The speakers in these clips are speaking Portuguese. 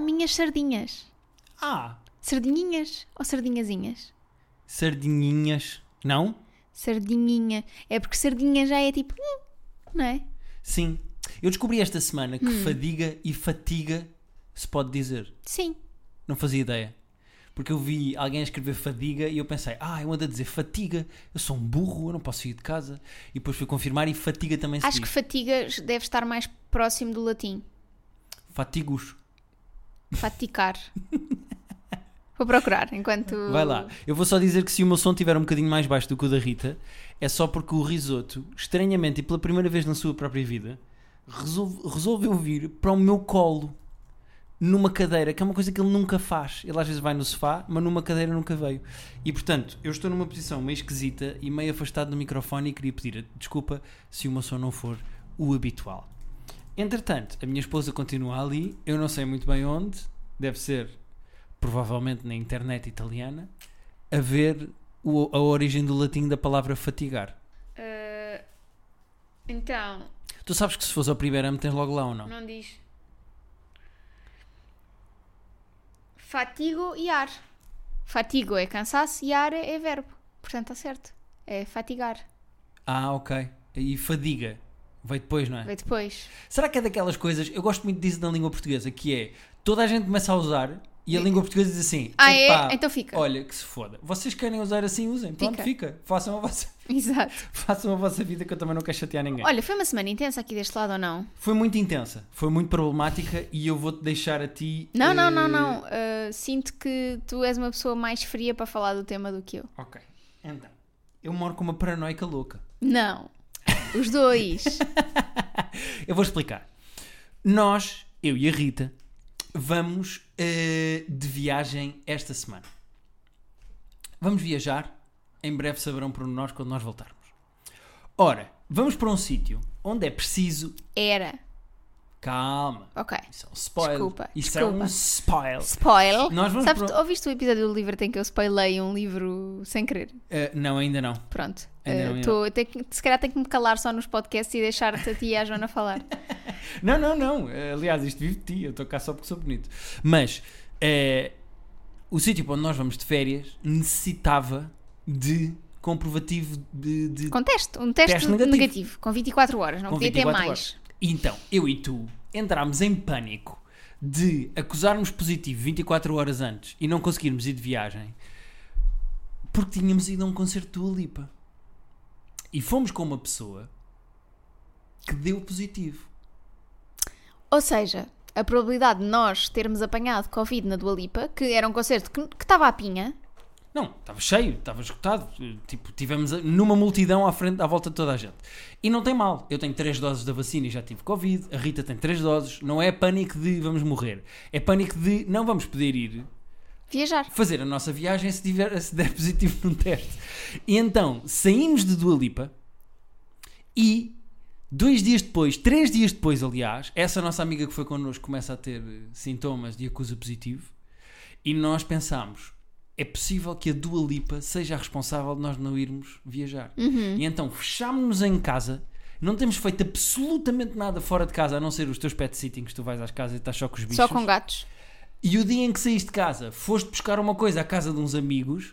minhas sardinhas. Ah, Sardinhinhas ou sardinhazinhas? sardinhinhas. Não? Sardinhinha. É porque sardinha já é tipo. hum, Não é? Sim. Eu descobri esta semana que Hum. fadiga e fatiga se pode dizer. Sim. Não fazia ideia. Porque eu vi alguém escrever fadiga e eu pensei, ah, eu ando a dizer fatiga, eu sou um burro, eu não posso sair de casa. E depois fui confirmar e fatiga também se Acho que diz. fatiga deve estar mais próximo do latim. Fatigos. Faticar. Vou procurar enquanto. Vai lá. Eu vou só dizer que se o meu som estiver um bocadinho mais baixo do que o da Rita, é só porque o risoto, estranhamente e pela primeira vez na sua própria vida, resolve- resolveu vir para o meu colo numa cadeira, que é uma coisa que ele nunca faz. Ele às vezes vai no sofá, mas numa cadeira nunca veio. E portanto, eu estou numa posição meio esquisita e meio afastado do microfone e queria pedir a- desculpa se o meu som não for o habitual. Entretanto, a minha esposa continua ali, eu não sei muito bem onde, deve ser provavelmente na internet italiana, a ver o- a origem do latim da palavra fatigar. Eh, então, Tu sabes que se fosse ao primeiro ano tens logo lá ou não? não diz. Fatigo e ar. Fatigo é cansaço e ar é verbo. Portanto, está certo. É fatigar. Ah, ok. E fadiga. Veio depois, não é? Vê depois. Será que é daquelas coisas, eu gosto muito disso na língua portuguesa, que é, toda a gente começa a usar e a língua portuguesa diz assim, Ah, é? "Epá, Então fica." Olha, que se foda. Vocês querem usar assim, usem. Pronto, fica. Façam, a vossa, Exato. façam a vossa vida que eu também não quero chatear ninguém. Olha, foi uma semana intensa aqui deste lado ou não? Foi muito intensa, foi muito problemática e eu vou-te deixar a ti... Não, não, eh, não, não. Uh, sinto que tu és uma pessoa mais fria para falar do tema do que eu. Ok, então. Eu moro com uma paranoica louca. Não. Os dois. Eu vou explicar. Nós, eu e a Rita, vamos eh, de viagem esta semana. Vamos viajar. Em breve saberão por nós quando nós voltarmos. Ora, vamos para um sítio onde é preciso. Era. Calma. Ok. Isso é um spoiler. Desculpa, Isso é desculpa. um spoiler. Spoil. Nós vamos Sabes, pro- tu ouviste o episódio do livro em que eu spoilei um livro sem querer? Eh, não, ainda não. Pronto. Ainda não, Uh, ainda tô- eu tenho que- se calhar tenho que me calar só nos podcasts e deixar-te a ti e à Joana falar. Não, não, não. Eh, Aliás, isto vive de ti. Eu estou cá só porque sou bonito. Mas eh, o sítio para onde nós vamos de férias necessitava de comprovativo de. de- Conteste. Um teste, Teste negativo. negativo. Com 24 horas. Não com podia ter 24 mais. horas. Então, eu e tu entramos em pânico de acusarmos positivo 24 horas antes e não conseguirmos ir de viagem porque tínhamos ido a um concerto do Lipa. E fomos com uma pessoa que deu positivo. Ou seja, a probabilidade de nós termos apanhado Covid na Dua Lipa, que era um concerto que que estava à pinha, Não, estava cheio, estava esgotado. Tipo, tivemos numa multidão à frente, à volta de toda a gente. E não tem mal. Eu tenho três doses da vacina e já tive Covid. A Rita tem três doses. Não é pânico de vamos morrer. É pânico de não vamos poder ir viajar. fazer a nossa viagem se, tiver, se der positivo num teste. E então saímos de Dua Lipa e dois dias depois, três dias depois, aliás, essa nossa amiga que foi connosco começa a ter eh, sintomas de acusa positivo e nós pensámos. É possível que a Dua Lipa seja a responsável de nós não irmos viajar. Uhum. E então fechámos-nos em casa, não temos feito absolutamente nada fora de casa, a não ser os teus pet sittings, tu vais às casas e estás só com os bichos. Só com gatos. E o dia em que saíste de casa, foste buscar uma coisa à casa de uns amigos,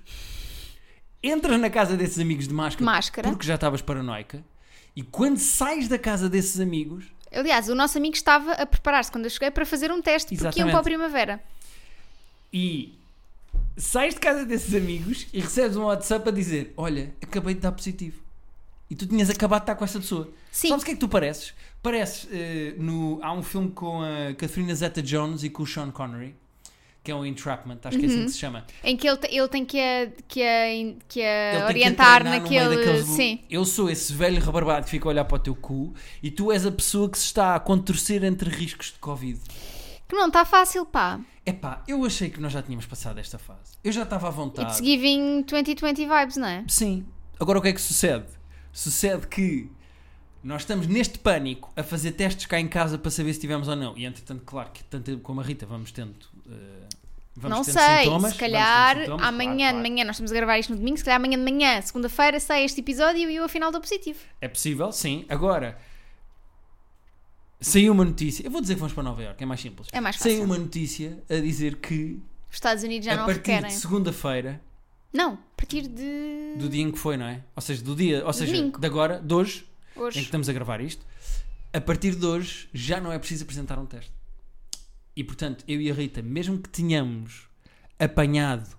entras na casa desses amigos de máscara, De máscara. porque já estavas paranoica, e quando sais da casa desses amigos, Aliás, o nosso amigo estava a preparar-se quando eu cheguei para fazer um teste porque iam Exatamente. para a primavera. e sais de casa desses amigos e recebes um WhatsApp a dizer: Olha, acabei de dar positivo. E tu tinhas acabado de estar com esta pessoa. Sim. Sabes o que é que tu pareces? Pareces eh, no. Há um filme com a Catherine Zeta Jones e com o Sean Connery, que é o Entrapment, acho que é assim Uhum. que se chama. Em que ele, te- ele tem que a, que a- que a Ele tem que É, orientar treinar no meio naquele. daqueles- Sim. Eu sou esse velho rebarbado que fica a olhar para o teu cu e tu és a pessoa que se está a contorcer entre riscos de Covid. Que não está fácil, pá. Epá, eu achei que nós já tínhamos passado esta fase. Eu já estava à It's vontade. giving 2020 vibes, não é? Sim. Agora o que é que sucede? Sucede que nós estamos neste pânico a fazer testes cá em casa para saber se tivemos ou não. E entretanto, claro que tanto eu como a Rita vamos tendo. eh, vamos não tendo sei, sintomas, se vamos tendo calhar sintomas, claro, amanhã claro. de manhã, nós estamos a gravar isto no domingo, se calhar amanhã de manhã, segunda-feira, sai este episódio e eu afinal dou positivo. É possível, sim. Agora, Saiu uma notícia. Eu vou dizer que vamos para Nova Iorque, é mais simples. É mais Saiu fácil. uma notícia a dizer que Os Estados Unidos já a não partir requerem. de segunda-feira, Não, a partir de. do dia em que foi, não é? Ou seja, do dia, ou seja, Domingo. de agora, de hoje, em que Hoje. estamos a gravar isto, a partir de hoje já não é preciso apresentar um teste. E portanto, eu e a Rita, mesmo que tenhamos apanhado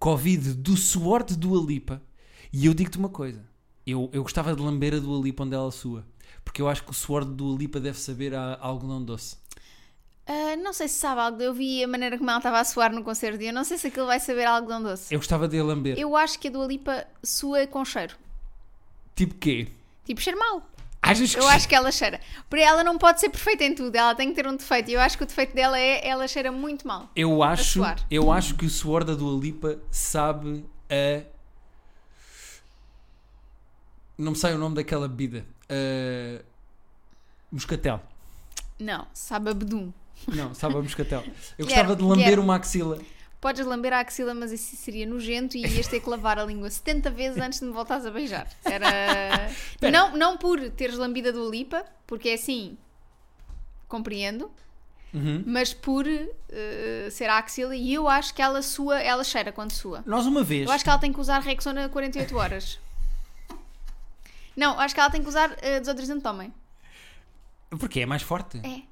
Covid do suor de Dua Lipa, e eu digo-te uma coisa, eu, eu gostava de lamber a Dua Lipa onde ela sua, porque eu acho que o suor de Dua Lipa deve saber a, a algodão doce. Ah, não sei se sabe algo. Eu vi a maneira como ela estava a suar no concerto e eu não sei se aquilo vai saber algodão doce. Eu gostava de a lamber. Eu acho que a Dua Lipa sua com cheiro. Tipo quê? Tipo, cheiro mau. Achas que Eu acho que ela cheira. Para ela não pode ser perfeita em tudo, ela tem que ter um defeito. E eu acho que o defeito dela é ela cheira muito mal. Eu acho, suar. eu acho que o suor da Dua Lipa sabe a. Não me sai o nome daquela bebida. Uh, Moscatel. Não, sabe a bedum. Não, sabe a moscatel. Guilherme, Eu gostava de lamber Guilherme. uma axila. Podes lamber a axila, mas isso seria nojento e ias ter que lavar a língua 70 vezes antes de me voltares a beijar. Era. Espera. não, não por teres lambido a Dua Lipa, porque é assim. Compreendo, Uhum. mas por eh, ser a axila, e eu acho que ela sua, ela cheira quando sua. Nós uma vez. Eu acho que ela tem que usar Rexona 48 horas. Não, acho que ela tem que usar eh, desodorizante de homem. Porque é mais forte. É.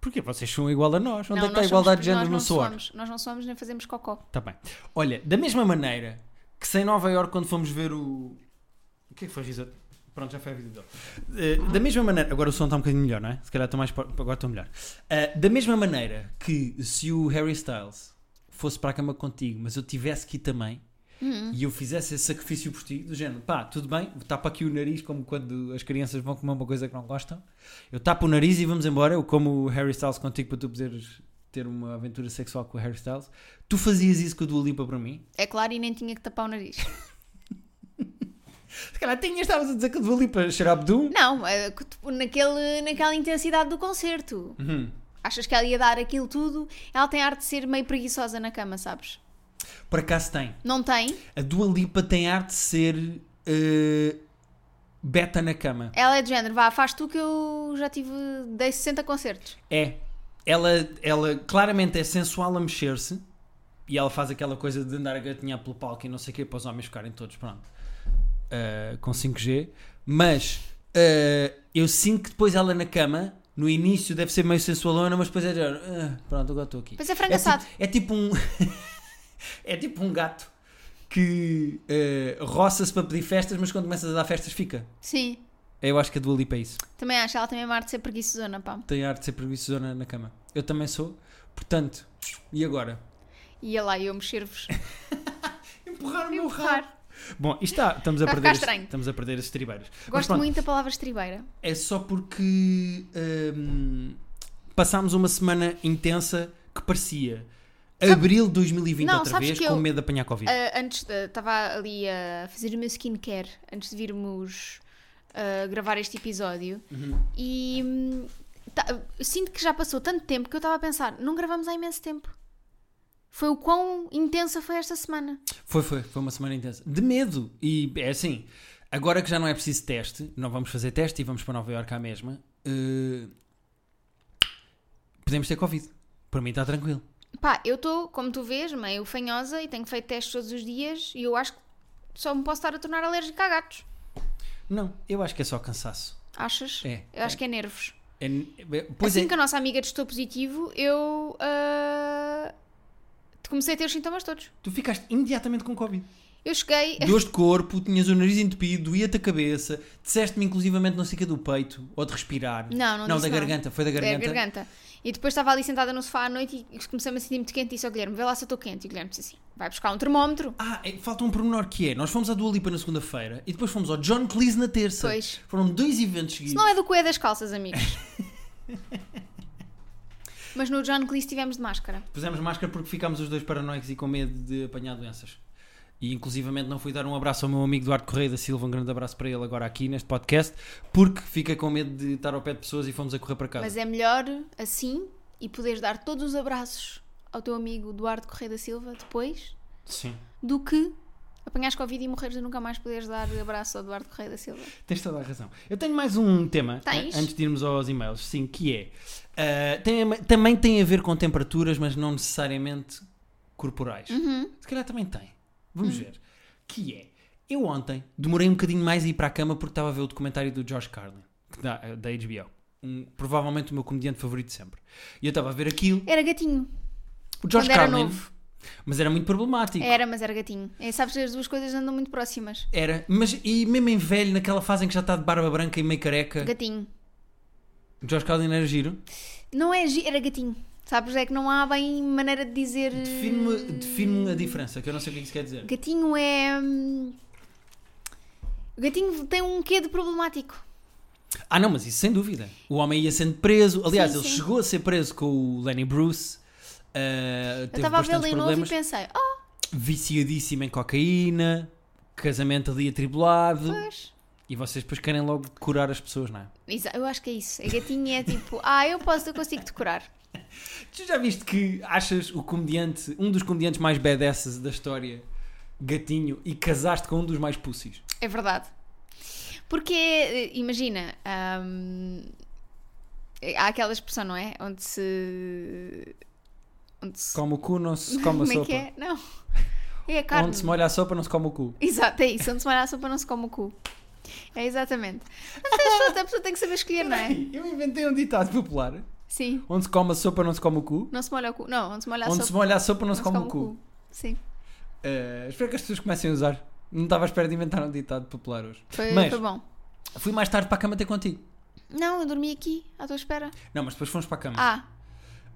Porque vocês são igual a nós. Onde é Não, que está a nós somos- igualdade nós de género não no suor? somos- nós não somos nem fazemos cocó. Tá bem. Olha, da mesma maneira que se em Nova Iorque quando fomos ver o. O que é que foi risoto? Pronto, já foi a vida dele. Eh, da mesma maneira. Agora o som está um bocadinho melhor, não é? Se calhar estou mais. por- Agora estou melhor. Eh, da mesma maneira que se o Harry Styles fosse para a cama contigo, mas eu tivesse que ir também. E eu fizesse esse sacrifício por ti, do género, pá, tudo bem, tapa aqui o nariz, como quando as crianças vão comer uma coisa que não gostam. Eu tapo o nariz e vamos embora. Eu como o Harry Styles contigo para tu poderes ter uma aventura sexual com o Harry Styles. Tu fazias isso com a Dua Lipa para mim? É claro, e nem tinha que tapar o nariz. Se calhar tinhas, estavas a dizer que a Dua Lipa cheira a abdum. Não, eh, que tu- naquele, naquela intensidade do concerto. Uhum. Achas que ela ia dar aquilo tudo? Ela tem arte de ser meio preguiçosa na cama, sabes? Por acaso tem. Não tem? A Dua Lipa tem arte de ser eh, beta na cama. Ela é de género, vá, faz tu que eu já tive, dei 60 concertos. É. Ela, ela claramente é sensual a mexer-se e ela faz aquela coisa de andar a gatinhar pelo palco e não sei o quê para os homens ficarem todos, pronto, ah, com 5G. Mas ah, eu sinto que depois ela na cama, no início deve ser meio sensualona, mas depois é de, "Ah, pronto, agora estou aqui. Pois é frango assado. tipo- É tipo, um. é tipo um gato que ah, roça-se para pedir festas, mas quando começas a dar festas fica. Sim, Eu acho que a Dua Lipa é isso também acho, ela também é uma arte de ser preguiçosona, pá. tem a arte de ser preguiçosa na cama. Eu também sou. Portanto, e agora? Ia lá, eu mexer-vos. Empurrar o Empurrar. Bom, isto está, estamos a Vai perder ficar as, estranho. estamos a perder as estribeiras. Mas Gosto pronto, muito da palavra estribeira. É só porque hum, passámos uma semana intensa que parecia abril de 2020 Não, outra sabes vez que com eu- medo de apanhar Covid. Ah, antes de. Estava ali a fazer o meu skincare antes de virmos ah, gravar este episódio. Uhum. E hum, tá- sinto que já passou tanto tempo que eu estava a pensar, não gravamos há imenso tempo. Foi o quão intensa foi esta semana. Foi, foi, foi uma semana intensa. De medo. E é assim, agora que já não é preciso teste, não vamos fazer teste e vamos para Nova Iorque à mesma, eh, podemos ter Covid. Para mim está tranquilo. Pá, eu estou, como tu vês, meio fanhosa e tenho feito testes todos os dias e eu acho que só me posso estar a tornar alérgica a gatos. Não, eu acho que é só cansaço. Achas? É, Eu acho que é nervos. É, é, pois assim é, que a nossa amiga testou positivo, eu ah, comecei a ter os sintomas todos. tu ficaste imediatamente com Covid. Eu cheguei, É, Dores de corpo, tinhas o nariz entupido, doía-te a cabeça, disseste-me inclusivamente não sei o que do peito, ou de respirar. Não, não da disse não. garganta, foi da da garganta. garganta. E depois estava ali sentada no sofá à noite e comecei-me a sentir muito quente e disse ao Guilherme, vê lá se eu estou quente. E o Guilherme disse assim, vai buscar um termómetro. Ah, é, falta um pormenor que é, nós fomos à Dua Lipa na segunda-feira e depois fomos ao John Cleese na terça. Pois. Foram dois eventos seguidos. Se não é do coé das calças, amigos. Mas no John Cleese estivemos de máscara. Pusemos máscara porque ficámos os dois paranoicos e com medo de apanhar doenças. E inclusivamente não fui dar um abraço ao meu amigo Eduardo Correia da Silva, um grande abraço para ele agora aqui neste podcast, porque fica com medo de estar ao pé de pessoas e fomos a correr para casa. Mas é melhor assim e poderes dar todos os abraços ao teu amigo Eduardo Correia da Silva depois Sim. do que apanhares Covid e morreres e nunca mais poderes dar abraço ao Eduardo Correia da Silva. Tens toda a razão. Eu tenho mais um tema Tens? a- antes de irmos aos e-mails, sim, que é ah, tem a- também tem a ver com temperaturas, mas não necessariamente corporais. Uhum. Se calhar também tem. Hum. Vamos ver. Que é eu ontem demorei um bocadinho mais a ir para a cama porque estava a ver o documentário do Josh Carlin que dá- eh, da HBO. Um- provavelmente o meu comediante favorito de sempre. E eu estava a ver aquilo. Era gatinho. O Josh Quando era Carlin, novo. mas era muito problemático. Era, mas era gatinho. É, sabes que as duas coisas andam muito próximas. Era, mas e mesmo em velho, naquela fase em que já está de barba branca e meio careca, Gatinho. o Josh Carlin era giro. Não é gi- era gatinho. Sabes? É que não há bem maneira de dizer. Define-me define-me a diferença, que eu não sei o que é que isso quer dizer. Gatinho é. hum, O gatinho tem um quê de problemático. Ah, não, mas isso sem dúvida. O homem ia sendo preso. Aliás, Sim, ele sim. chegou a ser preso com o Lenny Bruce. ah, Eu teve estava a vê-lo bastantes em novo e problemas. pensei, oh, Viciadíssimo em cocaína, casamento ali atribulado. pois. E vocês depois querem logo curar as pessoas, não é? Exa- Eu acho que é isso. A gatinha é tipo, ah, eu posso, eu consigo decorar. Tu já viste que achas o comediante, um dos comediantes mais badasses da história, gatinho, e casaste com um dos mais pussies? É verdade. Porque, eh, imagina, hum, há aquela expressão, não é? Onde se. Onde se. Come o cu, não se come a Como é sopa. que é? Não. É a carne. Onde se molha a sopa, não se come o cu. Exato, é isso. Onde se molha a sopa não se come o cu. É exatamente. Mas a pessoa, a pessoa tem que saber escolher, não é? Eu inventei um ditado popular. Sim. Onde se come a sopa, não se come o cu. Não se molha o cu. Não, onde se molha a Onde se sopa. molha a sopa, não, não se come o cu. Sim. Eh, espero que as pessoas comecem a usar. Não estava à espera de inventar um ditado popular hoje. Foi, mas foi bom. fui mais tarde para a cama ter contigo. Não, eu dormi aqui, à tua espera. Não, mas depois fomos para a cama. Ah,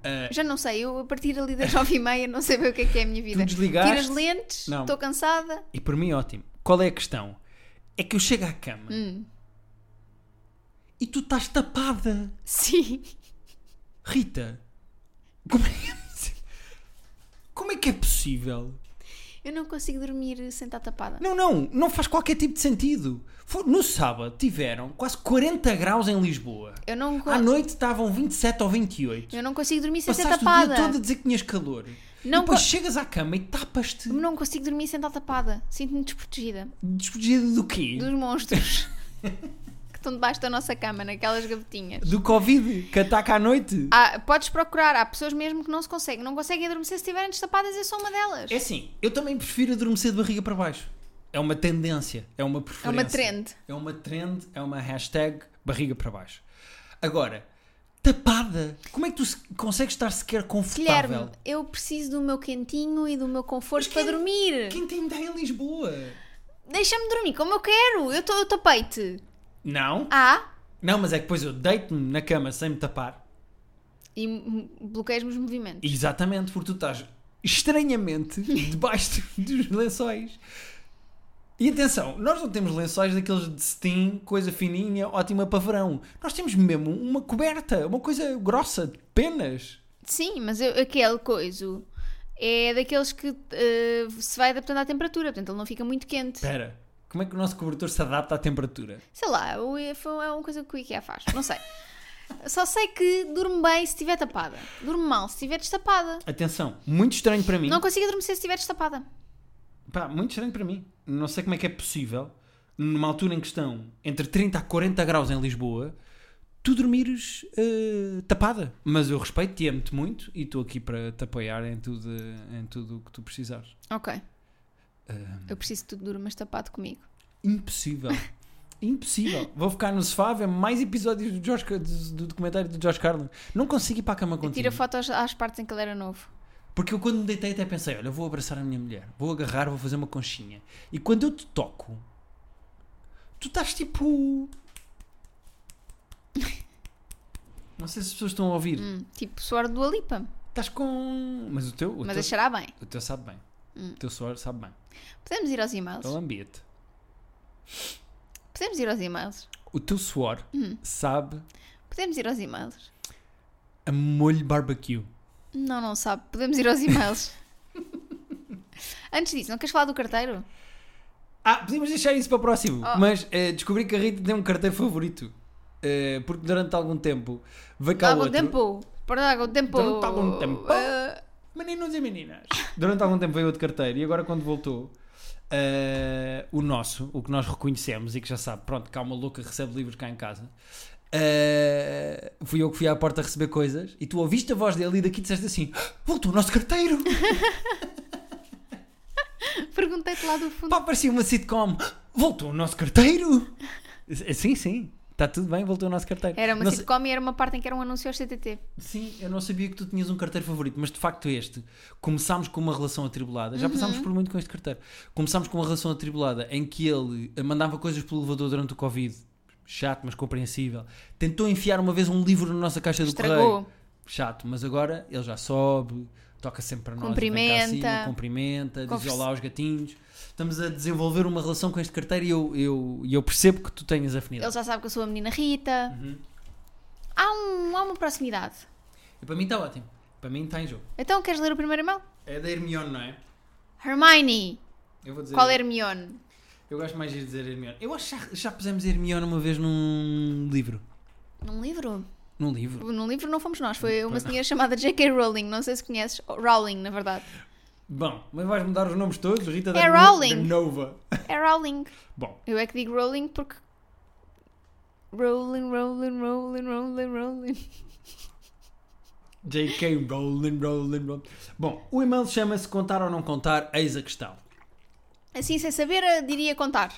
Eh, já não sei. Eu, a partir ali das nove e meia, não sei bem o que é que é a minha vida. Tu desligaste? Tiro as lentes, Não. estou cansada. e por mim, ótimo. Qual é a questão? É que eu chego à cama Hum. e tu estás tapada. Sim. Rita, como é, como é que é possível? Eu não consigo dormir sem estar tapada. Não, não, não faz qualquer tipo de sentido. Fo- No sábado tiveram quase 40 graus em Lisboa. Eu não, co- À noite estavam 27 ou 28. eu não consigo dormir sem ser Passaste o tapada. dia todo a dizer que tinhas calor. Não e depois co- chegas à cama e tapas-te. Eu não consigo dormir sem estar tapada. Sinto-me desprotegida. Despedida do quê? Dos monstros que estão debaixo da nossa cama, naquelas gavetinhas. Do Covid que ataca à noite? Há- podes procurar, há pessoas mesmo que não se conseguem. Não conseguem adormecer se estiverem destapadas, eu sou uma delas. É assim, eu também prefiro adormecer de barriga para baixo. É uma tendência, é uma É preferência. uma trend. É uma trend, é uma hashtag barriga para baixo. Agora, tapada, como é que tu se- consegues estar sequer confortável? Guilherme, eu preciso do meu quentinho e do meu conforto Mas para quem- dormir. Quem tem ideia em Lisboa? Deixa-me dormir como eu quero. Eu, tô, eu tapei-te. Não, Ah, não, mas é que depois eu deito-me na cama sem me tapar. e m- bloqueias-me os movimentos. Exatamente, porque tu estás estranhamente debaixo dos lençóis. E atenção, nós não temos lençóis daqueles de cetim, coisa fininha, ótima para verão. Nós temos mesmo uma coberta, uma coisa grossa, de penas. Sim, mas eu- aquele coiso é daqueles que eh, se vai adaptando à temperatura, portanto ele não fica muito quente. Espera, como é que o nosso cobertor se adapta à temperatura? Sei lá, o IFA é uma coisa que o IKEA faz, não sei. Só sei que durmo bem se estiver tapada. Durmo mal se estiver destapada. Atenção, muito estranho para mim. Não consigo adormecer se estiver destapada. Pá, muito estranho para mim. Não sei como é que é possível, numa altura em que estão entre 30 a 40 graus em Lisboa, tu dormires eh, tapada. Mas eu respeito e amo-te muito e estou aqui para te apoiar em tudo em tudo o que tu precisares. Ok, Eh, eu preciso que tu durmas tapado comigo. impossível. impossível. Vou ficar no sofá a ver mais episódios do, Josh, Car- do, do documentário do Josh Carlin. Não consigo ir para a cama Eu contigo. tiro fotos às partes em que ele era novo. Porque eu quando me deitei até pensei, olha, eu vou abraçar a minha mulher, vou agarrar, vou fazer uma conchinha. E quando eu te toco, tu estás tipo... Não sei se as pessoas estão a ouvir. Hum, tipo suor do Alipa, Estás com... Mas o teu, o, mas Hum. teu, achará bem. o teu sabe bem. O teu suor sabe bem. Então Podemos ir aos e-mails. Ele ambiente. Podemos ir aos e-mails. O teu suor Hum. sabe Podemos ir aos e-mails. a molho barbecue. Não, não sabe. Podemos ir aos e-mails. Antes disso, não queres falar do carteiro? Ah, podemos deixar isso para o próximo. Oh. Mas eh, descobri que a Rita tem um carteiro favorito. Eh, porque durante algum tempo veio cá Dá algum outro. um tempo. Perdão, algum um tempo. Durante algum um tempo. Eh, Meninos e meninas. Durante algum tempo veio outro carteiro e agora quando voltou Ah, o nosso, o que nós reconhecemos e que já sabe, pronto, cá uma louca recebe livros cá em casa. Ah, fui eu que fui à porta receber coisas e tu ouviste a voz dele e daqui disseste assim: "Ah, Voltou o nosso carteiro! Perguntei-te lá do fundo. Pá, parecia uma sitcom: "Ah, Voltou o nosso carteiro! Sim, sim, está tudo bem, voltou o nosso carteiro. Era uma Não sei- sitcom e era uma parte em que era um anúncio aos CTT. Sim, eu não sabia que tu tinhas um carteiro favorito, mas de facto este. Começámos com uma relação atribulada, Uhum. já passámos por muito com este carteiro. Começámos com uma relação atribulada em que ele eh, mandava coisas pelo elevador durante o Covid, chato, mas compreensível. Tentou enfiar uma vez um livro na nossa caixa do correio. Estragou. Chato, mas agora ele já sobe, toca sempre para nós, e vem cá Cumprimenta. acima, cumprimenta, diz Conversa- olá aos gatinhos. Estamos a desenvolver uma relação com este carteiro e eu, eu, e eu percebo que tu tenhas afinidade. Ele já sabe que eu sou a menina Rita. Uhum. Há, um, há uma proximidade. E para mim está ótimo, para mim está em jogo. Então, queres ler o primeiro e-mail? É da Hermione, não é? Hermione. Eu vou dizer Qual é Hermione? Eu gosto mais de dizer Hermione. Eu acho que já, já pusemos Hermione uma vez num livro. Num livro? Num livro? Num livro não fomos nós, foi uma Pois não. senhora chamada J.K. Rowling, não sei se conheces. Oh, Rowling, na verdade. Bom, mas vais mudar os nomes todos, Rita da, É Rowling. da Nova. É Rowling. Bom, Eu é que digo Rowling porque. Rowling, Rowling, Rowling, Rowling, Rowling. J.K. Rowling, Rowling, Rowling. Bom, o e-mail chama-se Contar ou Não Contar, eis a questão. Assim, sem saber, eh, diria contar.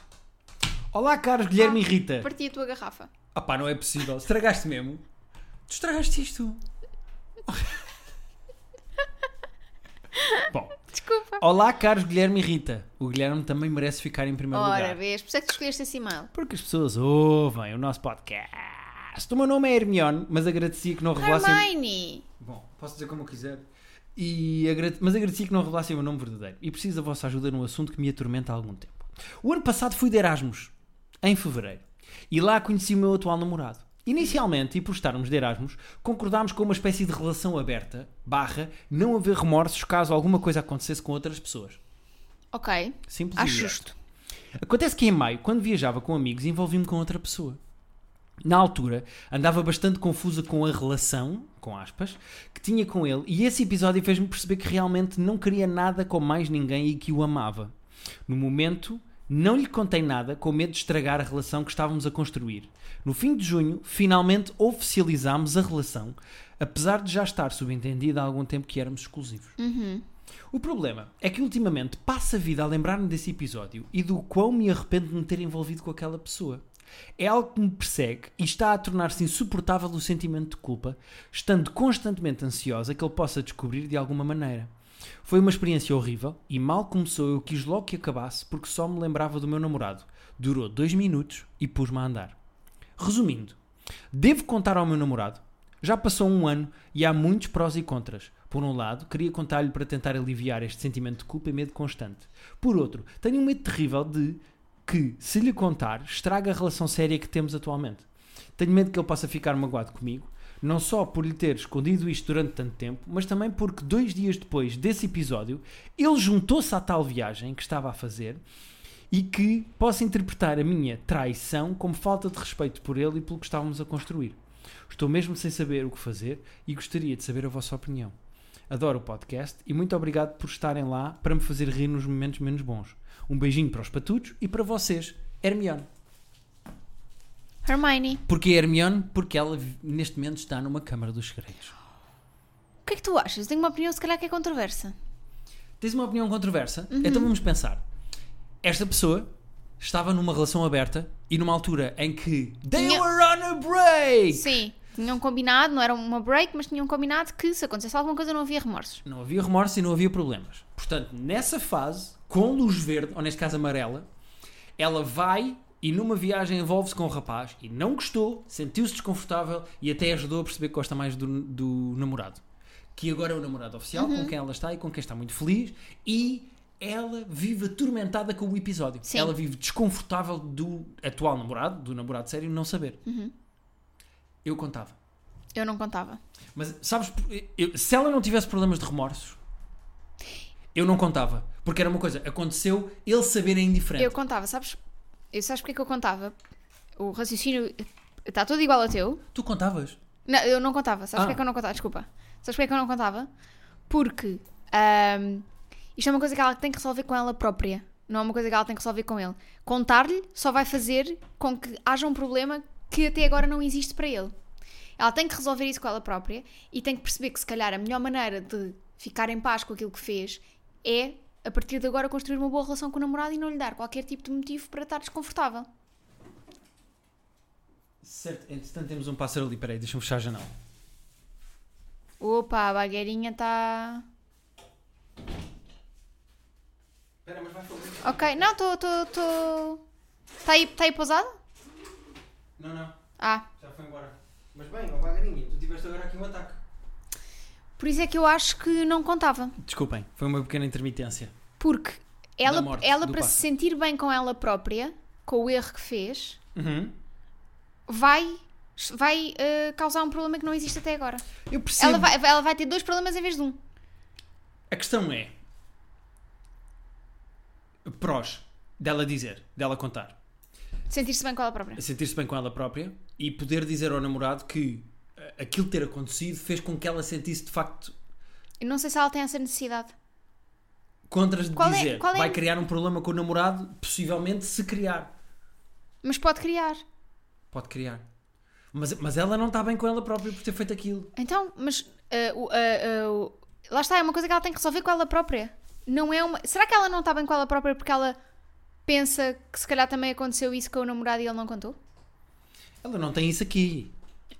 Olá, caros Guilherme e Rita. Parti a tua garrafa. Ah pá, não é possível. Estragaste mesmo? Tu estragaste isto. Bom, Desculpa. olá, caros Guilherme e Rita. O Guilherme também merece ficar em primeiro lugar. Ora, vês, por isso é que tu escolheste esse e-mail. Porque as pessoas ouvem o nosso podcast. O meu nome é Hermione, mas agradecia que não revelassem. Hermione! Bom, posso dizer como eu quiser. E agrade- Mas agradecia que não revelassem o meu nome verdadeiro. E preciso da vossa ajuda num assunto que me atormenta há algum tempo. O ano passado fui de Erasmus, em fevereiro. E lá conheci o meu atual namorado. Inicialmente, e por estarmos de Erasmus, concordámos com uma espécie de relação aberta, barra, não haver remorsos caso alguma coisa acontecesse com outras pessoas. Ok, Simples e acho direto. justo. Acontece que em maio, quando viajava com amigos, envolvi-me com outra pessoa. Na altura, andava bastante confusa com a relação, com aspas, que tinha com ele, e esse episódio fez-me perceber que realmente não queria nada com mais ninguém e que o amava. No momento, não lhe contei nada, com medo de estragar a relação que estávamos a construir. No fim de junho, finalmente oficializámos a relação, apesar de já estar subentendido há algum tempo que éramos exclusivos. O problema é que ultimamente passo a vida a lembrar-me desse episódio e do quão me arrependo de me ter envolvido com aquela pessoa. É algo que me persegue e está a tornar-se insuportável o sentimento de culpa, estando constantemente ansiosa que ele possa descobrir de alguma maneira. Foi uma experiência horrível e mal começou eu quis logo que acabasse porque só me lembrava do meu namorado. Durou dois minutos e pus-me a andar. Resumindo, devo contar ao meu namorado. Já passou um ano e há muitos prós e contras. Por um lado, queria contar-lhe para tentar aliviar este sentimento de culpa e medo constante. Por outro, tenho um medo terrível de que, se lhe contar, estraga a relação séria que temos atualmente. Tenho medo que ele possa ficar magoado comigo, não só por lhe ter escondido isto durante tanto tempo, mas também porque dois dias depois desse episódio, ele juntou-se à tal viagem que estava a fazer e que possa interpretar a minha traição como falta de respeito por ele e pelo que estávamos a construir. Estou mesmo sem saber o que fazer e gostaria de saber a vossa opinião. Adoro o podcast e muito obrigado por estarem lá para me fazer rir nos momentos menos bons. Um beijinho para os patutos e para vocês, Hermione. Hermione, Porquê Hermione? Porque ela vi- neste momento está numa Câmara dos Segredos. o que é que tu achas? Tenho uma opinião, se calhar, que é controversa. Tens uma opinião controversa? Então vamos pensar. Esta pessoa estava numa relação aberta e numa altura em que they Tinha- were on a break! Sim, tinham combinado, não era uma break, mas tinham combinado que se acontecesse alguma coisa não havia remorsos. Não havia remorso e não havia problemas. Portanto, nessa fase, com luz verde, ou neste caso amarela, ela vai e numa viagem envolve-se com o rapaz e não gostou, sentiu-se desconfortável e até ajudou a perceber que gosta mais do, do namorado. Que agora é o namorado oficial, com quem ela está e com quem está muito feliz e ela vive atormentada com o episódio. Sim. Ela vive desconfortável do atual namorado, do namorado sério, não saber. Eu contava. Eu não contava. Mas sabes, eu- se ela não tivesse problemas de remorsos, eu não contava. Porque era uma coisa, aconteceu ele saber é indiferente. Eu contava, sabes? Eu sabes porque é que eu contava? O raciocínio está todo igual ao teu. Tu contavas? Não, eu não contava. Sabes Ah. porque é que eu não contava? Desculpa. Sabes porque é que eu não contava? Porque ahm, isto é uma coisa que ela tem que resolver com ela própria. Não é uma coisa que ela tem que resolver com ele. Contar-lhe só vai fazer com que haja um problema que até agora não existe para ele. Ela tem que resolver isso com ela própria e tem que perceber que, se calhar, a melhor maneira de ficar em paz com aquilo que fez é, a partir de agora, construir uma boa relação com o namorado e não lhe dar qualquer tipo de motivo para estar desconfortável. Certo, entretanto temos um pássaro ali, peraí, deixa-me fechar a janela. Opa, a bagueirinha tá- está. Espera, mas vai fazer. Ok, não, estou. Estou. Está aí, tá aí pousada? Não, não, Ah, já foi embora. Mas bem, ó vagarinha, tu tiveste agora aqui um ataque. por isso é que eu acho que não contava. Desculpem, foi uma pequena intermitência. Porque ela, morte ela do para se pássaro. sentir bem com ela própria, com o erro que fez, Uhum. vai, vai eh, causar um problema que não existe até agora. Eu percebo. Ela vai, ela vai ter dois problemas em vez de um. A questão é. Prós dela dizer, dela contar, Sentir-se bem com ela própria. sentir-se bem com ela própria e poder dizer ao namorado que eh, aquilo ter acontecido fez com que ela sentisse de facto Eu não sei se ela tem essa necessidade. contras de Qual é- dizer. qual é- Vai criar um problema com o namorado, possivelmente se criar. Mas pode criar. Pode criar. Mas, mas ela não está bem com ela própria por ter feito aquilo. Então, mas. eh, o- eh, eh, o- lá está, é uma coisa que ela tem que resolver com ela própria. Não é uma. Será que ela não está bem com ela própria porque ela pensa que se calhar também aconteceu isso com o namorado e ele não contou? Ela não tem isso aqui.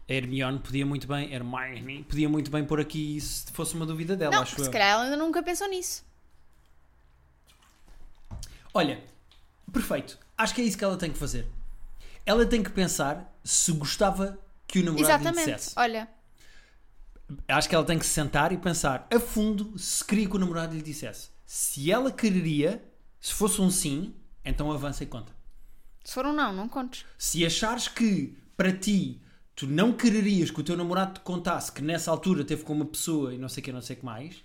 A Hermione podia muito bem, Hermione, podia muito bem pôr aqui isso se fosse uma dúvida dela, não, acho porque eu. se calhar ela ainda nunca pensou nisso. Olha, perfeito. Acho que é isso que ela tem que fazer. Ela tem que pensar se gostava que o namorado lhe Exatamente. dissesse. Olha, Acho que ela tem que se sentar e pensar a fundo se queria que o namorado lhe dissesse. Se ela quereria, se fosse um sim, então avança e conta. se for um não, não contes. Se achares que para ti tu não quererias que o teu namorado te contasse que nessa altura teve com uma pessoa e não sei o que, não sei o que mais,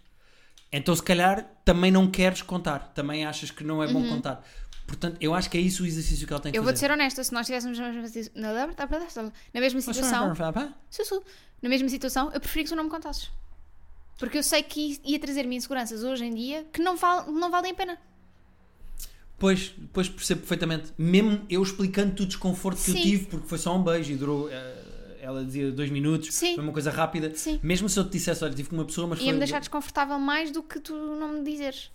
então se calhar também não queres contar, também achas que não é bom contar. Portanto, eu acho que é isso o exercício que ela tem que Eu vou-te fazer. ser honesta, se nós estivéssemos na mesma situ- na mesma situação, sussu, na mesma situação, eu preferia que tu não me contasses. Porque eu sei que ia trazer-me inseguranças hoje em dia que não, val, não valem a pena. Pois, pois percebo perfeitamente. Mesmo eu explicando-te o desconforto que Sim. eu tive, porque foi só um beijo e durou. eh, ela dizia dois minutos, Sim. foi uma coisa rápida. Sim. Mesmo se eu te dissesse, olha, tive com uma pessoa, mas Ia-me foi. deixar desconfortável mais do que tu não me dizeres.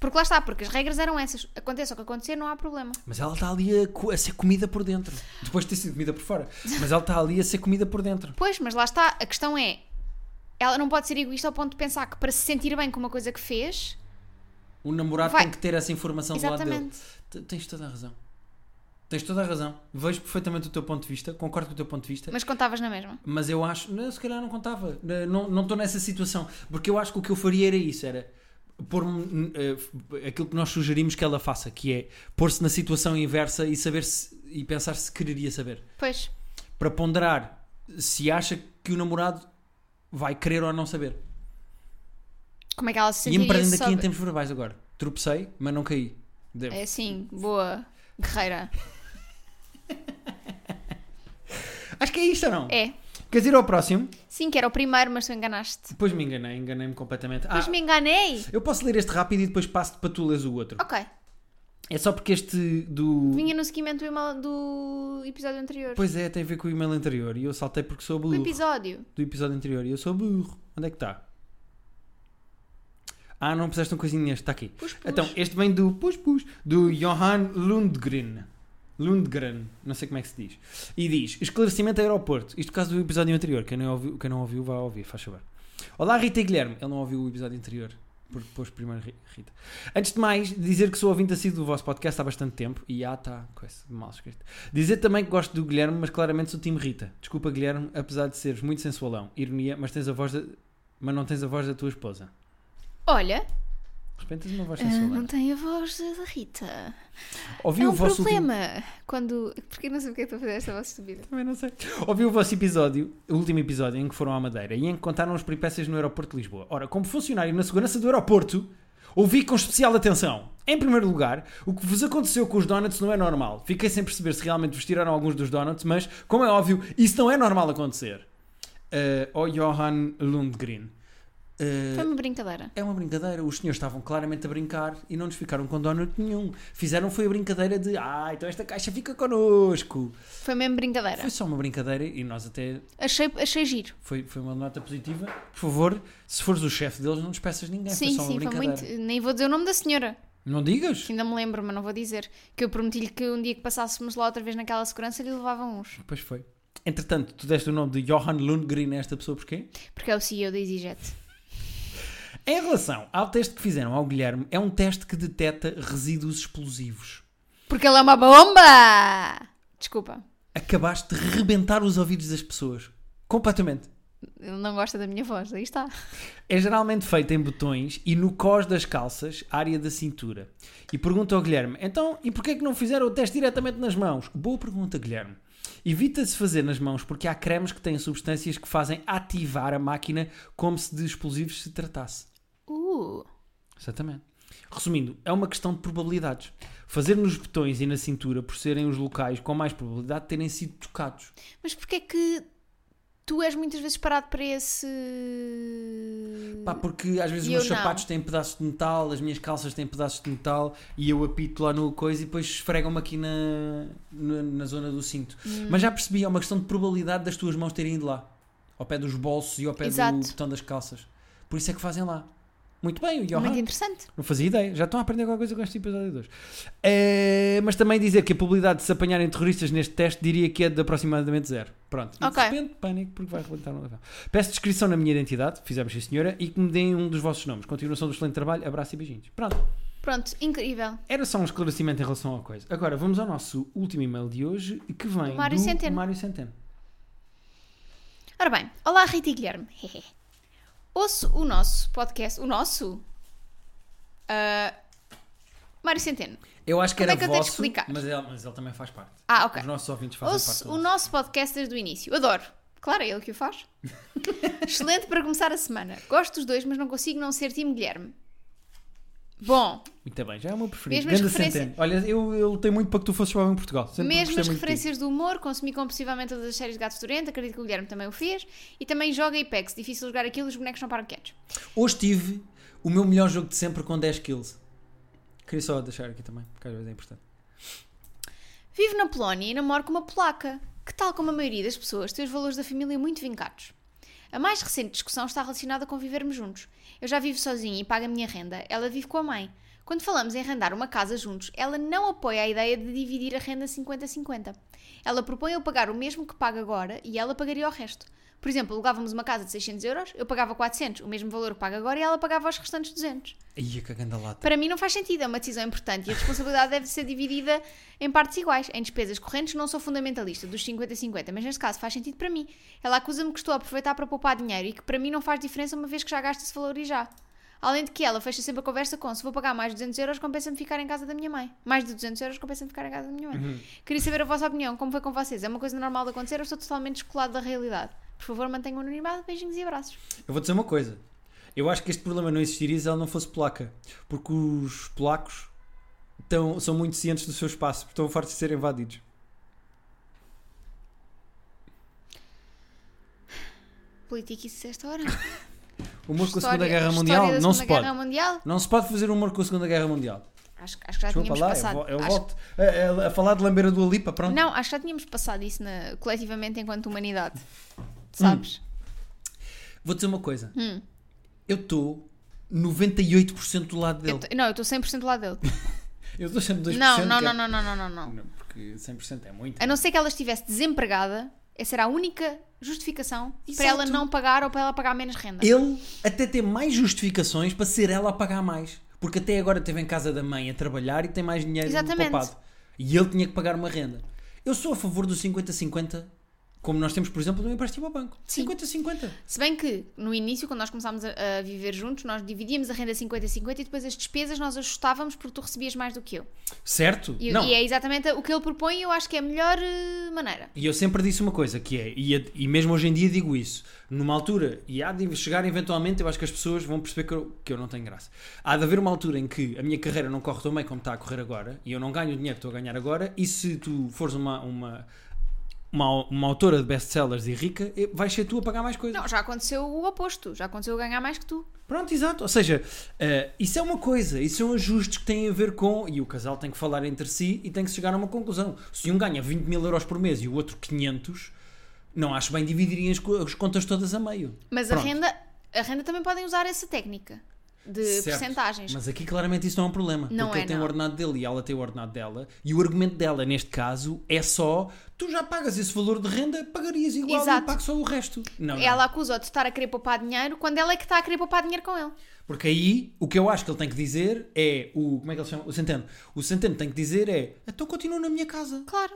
Porque lá está, porque as regras eram essas. Aconteça o que acontecer, não há problema. Mas ela está ali a, co- a ser comida por dentro. Depois de ter sido comida por fora. Mas ela está ali a ser comida por dentro. Pois, mas lá está, a questão é. Ela não pode ser egoísta ao ponto de pensar que para se sentir bem com uma coisa que fez. O namorado Vai. tem que ter essa informação do lado dele. Exatamente. T- Tens toda a razão. Tens toda a razão. Vejo perfeitamente o teu ponto de vista, concordo com o teu ponto de vista. Mas contavas na mesma. Mas eu acho, não, se calhar não contava, Não- não não estou nessa situação, porque eu acho que o que eu faria era isso, era pôr-me eh, f- aquilo que nós sugerimos que ela faça, que é pôr-se na situação inversa e saber se, e pensar se quereria saber, Pois. para ponderar se acha que o namorado vai querer ou não saber. Como é que ela se E sentiria? empreendendo aqui sobre- em tempos verbais agora. Tropecei, mas não caí. Devo. É sim, boa guerreira. Acho que é isto ou não? É. Queres ir ao próximo? Sim, que era o primeiro, mas tu enganaste. Depois me enganei, enganei-me completamente. Ah, Mas me enganei. eu posso ler este rápido e depois passo-te para tu leres o outro. Ok. É só porque este do. Vinha no seguimento do, email- do episódio anterior. Pois uh. é, tem a ver com o e-mail anterior e eu saltei porque sou O burro. episódio. Do episódio anterior e eu sou burro. Onde é que está? Ah, não puseste um coisinho neste, está aqui. Pus, pus. Então, este vem do pus, pus, do Johan Lundgren. Lundgren, não sei como é que se diz. E diz: Esclarecimento aeroporto. Isto por causa do episódio anterior. Quem não ouviu, quem não ouviu vai ouvir, faz favor. Olá, Rita e Guilherme. Ele não ouviu o episódio anterior. Porque pôs primeiro Ri- Rita. Antes de mais, dizer que sou ouvinte assíduo do vosso podcast há bastante tempo. E ah, tá, coisa mal escrito. Dizer também que gosto do Guilherme, mas claramente sou time Rita. Desculpa, Guilherme, apesar de seres muito sensualão. Ironia, mas tens a voz da- mas não tens a voz da tua esposa. Olha, De repente tens uma voz ah, sensualão. não tem a voz da Rita. Ouvi é o um vosso último- problema. Quando. Porque eu não sei porque é que estou a fazer esta voz subida. Também não sei. Ouvi o vosso episódio, o último episódio, em que foram à Madeira e em que contaram as peripécias no aeroporto de Lisboa. Ora, como funcionário na segurança do aeroporto, ouvi com especial atenção. Em primeiro lugar, o que vos aconteceu com os donuts não é normal. Fiquei sem perceber se realmente vos tiraram alguns dos donuts, mas, como é óbvio, isso não é normal acontecer. Uh, ao Johan oh, Lundgren. eh, Foi uma brincadeira. é uma brincadeira. Os senhores estavam claramente a brincar e não nos ficaram com dono nenhum. Fizeram foi a brincadeira de ah, então esta caixa fica connosco. Foi mesmo brincadeira. Foi só uma brincadeira e nós até Achei, achei giro. foi, foi uma nota positiva. Por favor, se fores o chefe deles, não despeças ninguém. É, foi sim, só uma sim, foi brincadeira. muito. Nem vou dizer o nome da senhora, Não digas? que ainda me lembro, mas não vou dizer. Que eu prometi-lhe que um dia que passássemos lá outra vez naquela segurança lhe levava uns. Pois foi. Entretanto, tu deste o nome de Johan Lundgren a esta pessoa porquê? Porque é o CEO da EasyJet. Em relação ao teste que fizeram ao Guilherme, é um teste que detecta resíduos explosivos. Porque ele é uma bomba! Desculpa, Acabaste de rebentar os ouvidos das pessoas. Completamente. ele não gosta da minha voz, aí está. É geralmente feito em botões e no cós das calças, área da cintura. E pergunta ao Guilherme, então, e porquê é que não fizeram o teste diretamente nas mãos? Boa pergunta, Guilherme. Evita-se fazer nas mãos porque há cremes que têm substâncias que fazem ativar a máquina como se de explosivos se tratasse. Uh, Exatamente. Resumindo, é uma questão de probabilidades. Fazer nos botões e na cintura por serem os locais com mais probabilidade de terem sido tocados. mas porque é que tu és muitas vezes parado para esse. Pá, porque às vezes os E meus Hum, eu não. sapatos têm pedaços de metal, as minhas calças têm pedaços de metal e eu apito lá no coisa e depois esfregam-me aqui na, na, na zona do cinto. Hum. Mas já percebi, é uma questão de probabilidade das tuas mãos terem ido lá. Ao pé dos bolsos e ao pé Exato. do botão das calças. Por isso é que fazem lá. Muito bem, o Johan. Muito interessante. Não fazia ideia. Já estão a aprender alguma coisa com este episódio 2. mas também dizer que a probabilidade de se apanharem terroristas neste teste diria que é de aproximadamente zero. Pronto. E Ok. de repente, pânico, porque vai rebentar um avião. Peço descrição na minha identidade, fizemos sim senhora, e que me deem um dos vossos nomes. Continuação do excelente trabalho, abraço e beijinhos. Pronto. Pronto, incrível. Era só um esclarecimento em relação à coisa. Agora, vamos ao nosso último e-mail de hoje, que vem Do Mário do Centeno. Mário Centeno. Ora bem, olá Rita e Guilherme. Ouço o nosso podcast. O nosso? Ah, Mário Centeno. Eu acho que Como é era que eu tenho de vosso, explicar? mas ele, mas ele também faz parte. Ah, ok. Os nossos ouvintes fazem parte. Ouço do o nosso. nosso podcast desde o início. Adoro. Claro, é ele que o faz. Excelente para começar a semana. Gosto dos dois, mas não consigo não ser time Guilherme. Bom, Muito bem, já é o meu preferido. Mesmas Ganda referências- Centeno. Olha, eu, eu lutei muito para que tu fosses jovem em Portugal. Sempre mesmas gostei muito de ti. referências do humor, consumi compulsivamente todas as séries de Gato Fedorento, acredito que o Guilherme também o fez, e também joga Apex, difícil jogar aquilo, os bonecos não param quietos. Hoje tive o meu melhor jogo de sempre com 10 kills. Queria só deixar aqui também, porque às vezes é importante. Vivo na Polónia e namoro com uma polaca, que, tal como a maioria das pessoas, tem os valores da família muito vincados. A mais recente discussão está relacionada com vivermos juntos. Eu já vivo sozinha e pago a minha renda, ela vive com a mãe. Quando falamos em arrendar uma casa juntos, ela não apoia a ideia de dividir a renda 50-50. Ela propõe eu pagar o mesmo que pago agora e ela pagaria o resto. Por exemplo, alugávamos uma casa de 600 euros, eu pagava 400, o mesmo valor que pago agora, e ela pagava os restantes 200. Aí a cagando lata. Para mim não faz sentido, é uma decisão importante e a responsabilidade deve ser dividida em partes iguais. Em despesas correntes não sou fundamentalista, dos 50 a 50, mas neste caso faz sentido para mim. Ela acusa-me que estou a aproveitar para poupar dinheiro e que para mim não faz diferença uma vez que já gasto esse valor e já. Além de que ela fecha sempre a conversa com se vou pagar mais de 200 euros, compensa-me ficar em casa da minha mãe. Mais de 200 euros, compensa-me ficar em casa da minha mãe. Uhum. Queria saber a vossa opinião, como foi com vocês? É uma coisa normal de acontecer ou estou totalmente descolado da realidade? Por favor, mantenham o anonimato, beijinhos e abraços. Eu vou dizer uma coisa. Eu acho que este problema não existiria se ela não fosse polaca. Porque os polacos estão, são muito cientes do seu espaço, porque estão fartos de serem invadidos. Politiquice esta hora. Humor com a Segunda História- Guerra história Mundial da não se Segunda pode. Guerra Mundial? Não se pode fazer humor com a Segunda Guerra Mundial. Acho, acho que já Desculpa tínhamos lá, eu, passado. vo- eu acho- volto Eh, a, a- a falar de lamber a Dua Lipa, pronto. Não, acho que já tínhamos passado isso na- coletivamente enquanto humanidade. Hum. Sabes? Vou dizer uma coisa. Hum. Eu estou 98% do lado Eu dele. tô- não, eu estou 100% do lado dele. Eu estou sempre 2%. Não, não, que é- não, não, não, não, não, não. Não, porque 100% é muito. A não ser que ela estivesse desempregada, essa era a única justificação para Exato. ela não pagar ou para ela pagar menos renda. Ele até tem mais justificações para ser ela a pagar mais. Porque até agora esteve em casa da mãe a trabalhar e tem mais dinheiro Exatamente. poupado. E ele tinha que pagar uma renda. Eu sou a favor do 50-50, como nós temos, por exemplo, de um empréstimo ao banco. 50-50. Se bem que, no início, quando nós começámos a, a viver juntos, nós dividíamos a renda 50-50 e depois as despesas nós ajustávamos porque tu recebias mais do que eu. Certo? E, não. e é exatamente o que ele propõe e eu acho que é a melhor eh, maneira. E eu sempre disse uma coisa que é, e, e mesmo hoje em dia digo isso, numa altura, e há de chegar eventualmente, eu acho que as pessoas vão perceber que eu, que eu não tenho graça. Há de haver uma altura em que a minha carreira não corre tão bem como está a correr agora, e eu não ganho o dinheiro que estou a ganhar agora, e se tu fores uma, uma uma, uma autora de best-sellers e rica, e vais ser tu a pagar mais coisas. Não, já aconteceu o oposto, já aconteceu eu ganhar mais que tu. Pronto, exato. Ou seja, eh, isso é uma coisa, isso são ajustes que têm a ver com. E o casal tem que falar entre si e tem que chegar a uma conclusão. Se um ganha 20 mil euros por mês e o outro 500, não acho bem dividirem as, co- as contas todas a meio. Mas a Pronto. renda, a renda também podem usar essa técnica de Certo. percentagens. Mas aqui claramente isso não é um problema. Não porque é, ele tem não. o ordenado dele e ela tem o ordenado dela. E o argumento dela, neste caso, é só: tu já pagas esse valor de renda, pagarias igual Exato. e pago só o resto. Não, não. Ela acusa-o de estar a querer poupar dinheiro quando ela é que está a querer poupar dinheiro com ele. Porque aí o que eu acho que ele tem que dizer é o. Como é que ele se chama? O Centeno. O Centeno tem que dizer é: então continuo na minha casa. Claro.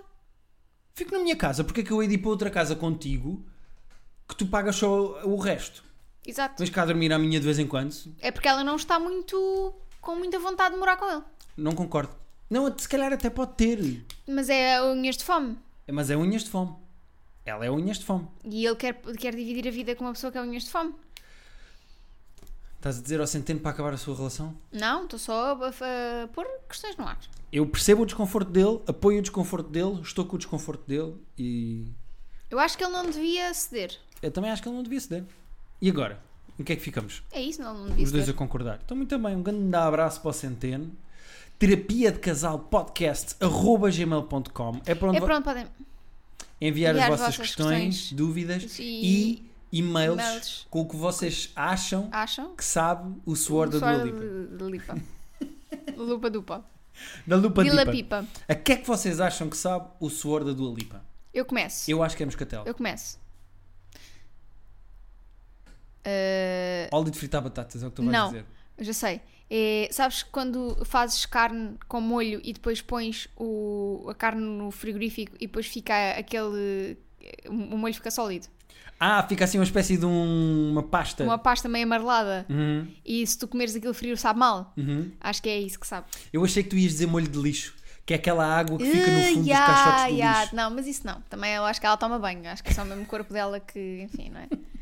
Fico na minha casa, porque é que eu hei de ir para outra casa contigo que tu pagas só o resto? Exato. Vens cá dormir à minha de vez em quando? É porque ela não está muito com muita vontade de morar com ele. Não concordo. Não, se calhar até pode ter. Mas é unhas de fome. Mas é unhas de fome. Ela é unhas de fome. E ele quer, quer dividir a vida com uma pessoa que é unhas de fome. Estás a dizer ao Centeno para acabar a sua relação? Não, estou só a, a- a pôr questões no ar. Eu percebo o desconforto dele, apoio o desconforto dele, estou com o desconforto dele e. Eu acho que ele não devia ceder. Eu também acho que ele não devia ceder. E agora? Em que é que ficamos? É isso, ele não devia Os dois a ceder. concordar. Então, muito bem, um grande abraço para o Centeno. Terapia de Casal Podcast, arroba gmail.com. É para onde É vo- pronto, podem. enviar, enviar as vossas, questões, questões, dúvidas e- e, e-mails, e-mails. com o que vocês acham Acham? que sabe o suor da Suor Dua Lipa. de Lipa. Lupa dupa. Da Lupa Dila Dipa. pipa. A que é que vocês acham que sabe o suor da Dua Lipa? Eu começo. Eu acho que é moscatel. Eu começo. Ah, Óleo de fritar batatas, é o que tu vais Não. dizer. eu já sei. É, sabes que quando fazes carne com molho e depois pões o, a carne no frigorífico e depois fica aquele. O molho fica sólido. Ah, fica assim uma espécie de um- uma pasta. Uma pasta meio amarelada. Uhum, E se tu comeres aquilo frio, sabe mal. uhum. Acho que é isso que sabe. Eu achei que tu ias dizer molho de lixo, que é aquela água que fica no Uh, fundo yeah, dos caixotes do yeah. lixo. Não, mas isso não. Também eu acho que ela toma banho. Acho que é só o mesmo corpo dela que, enfim, não é?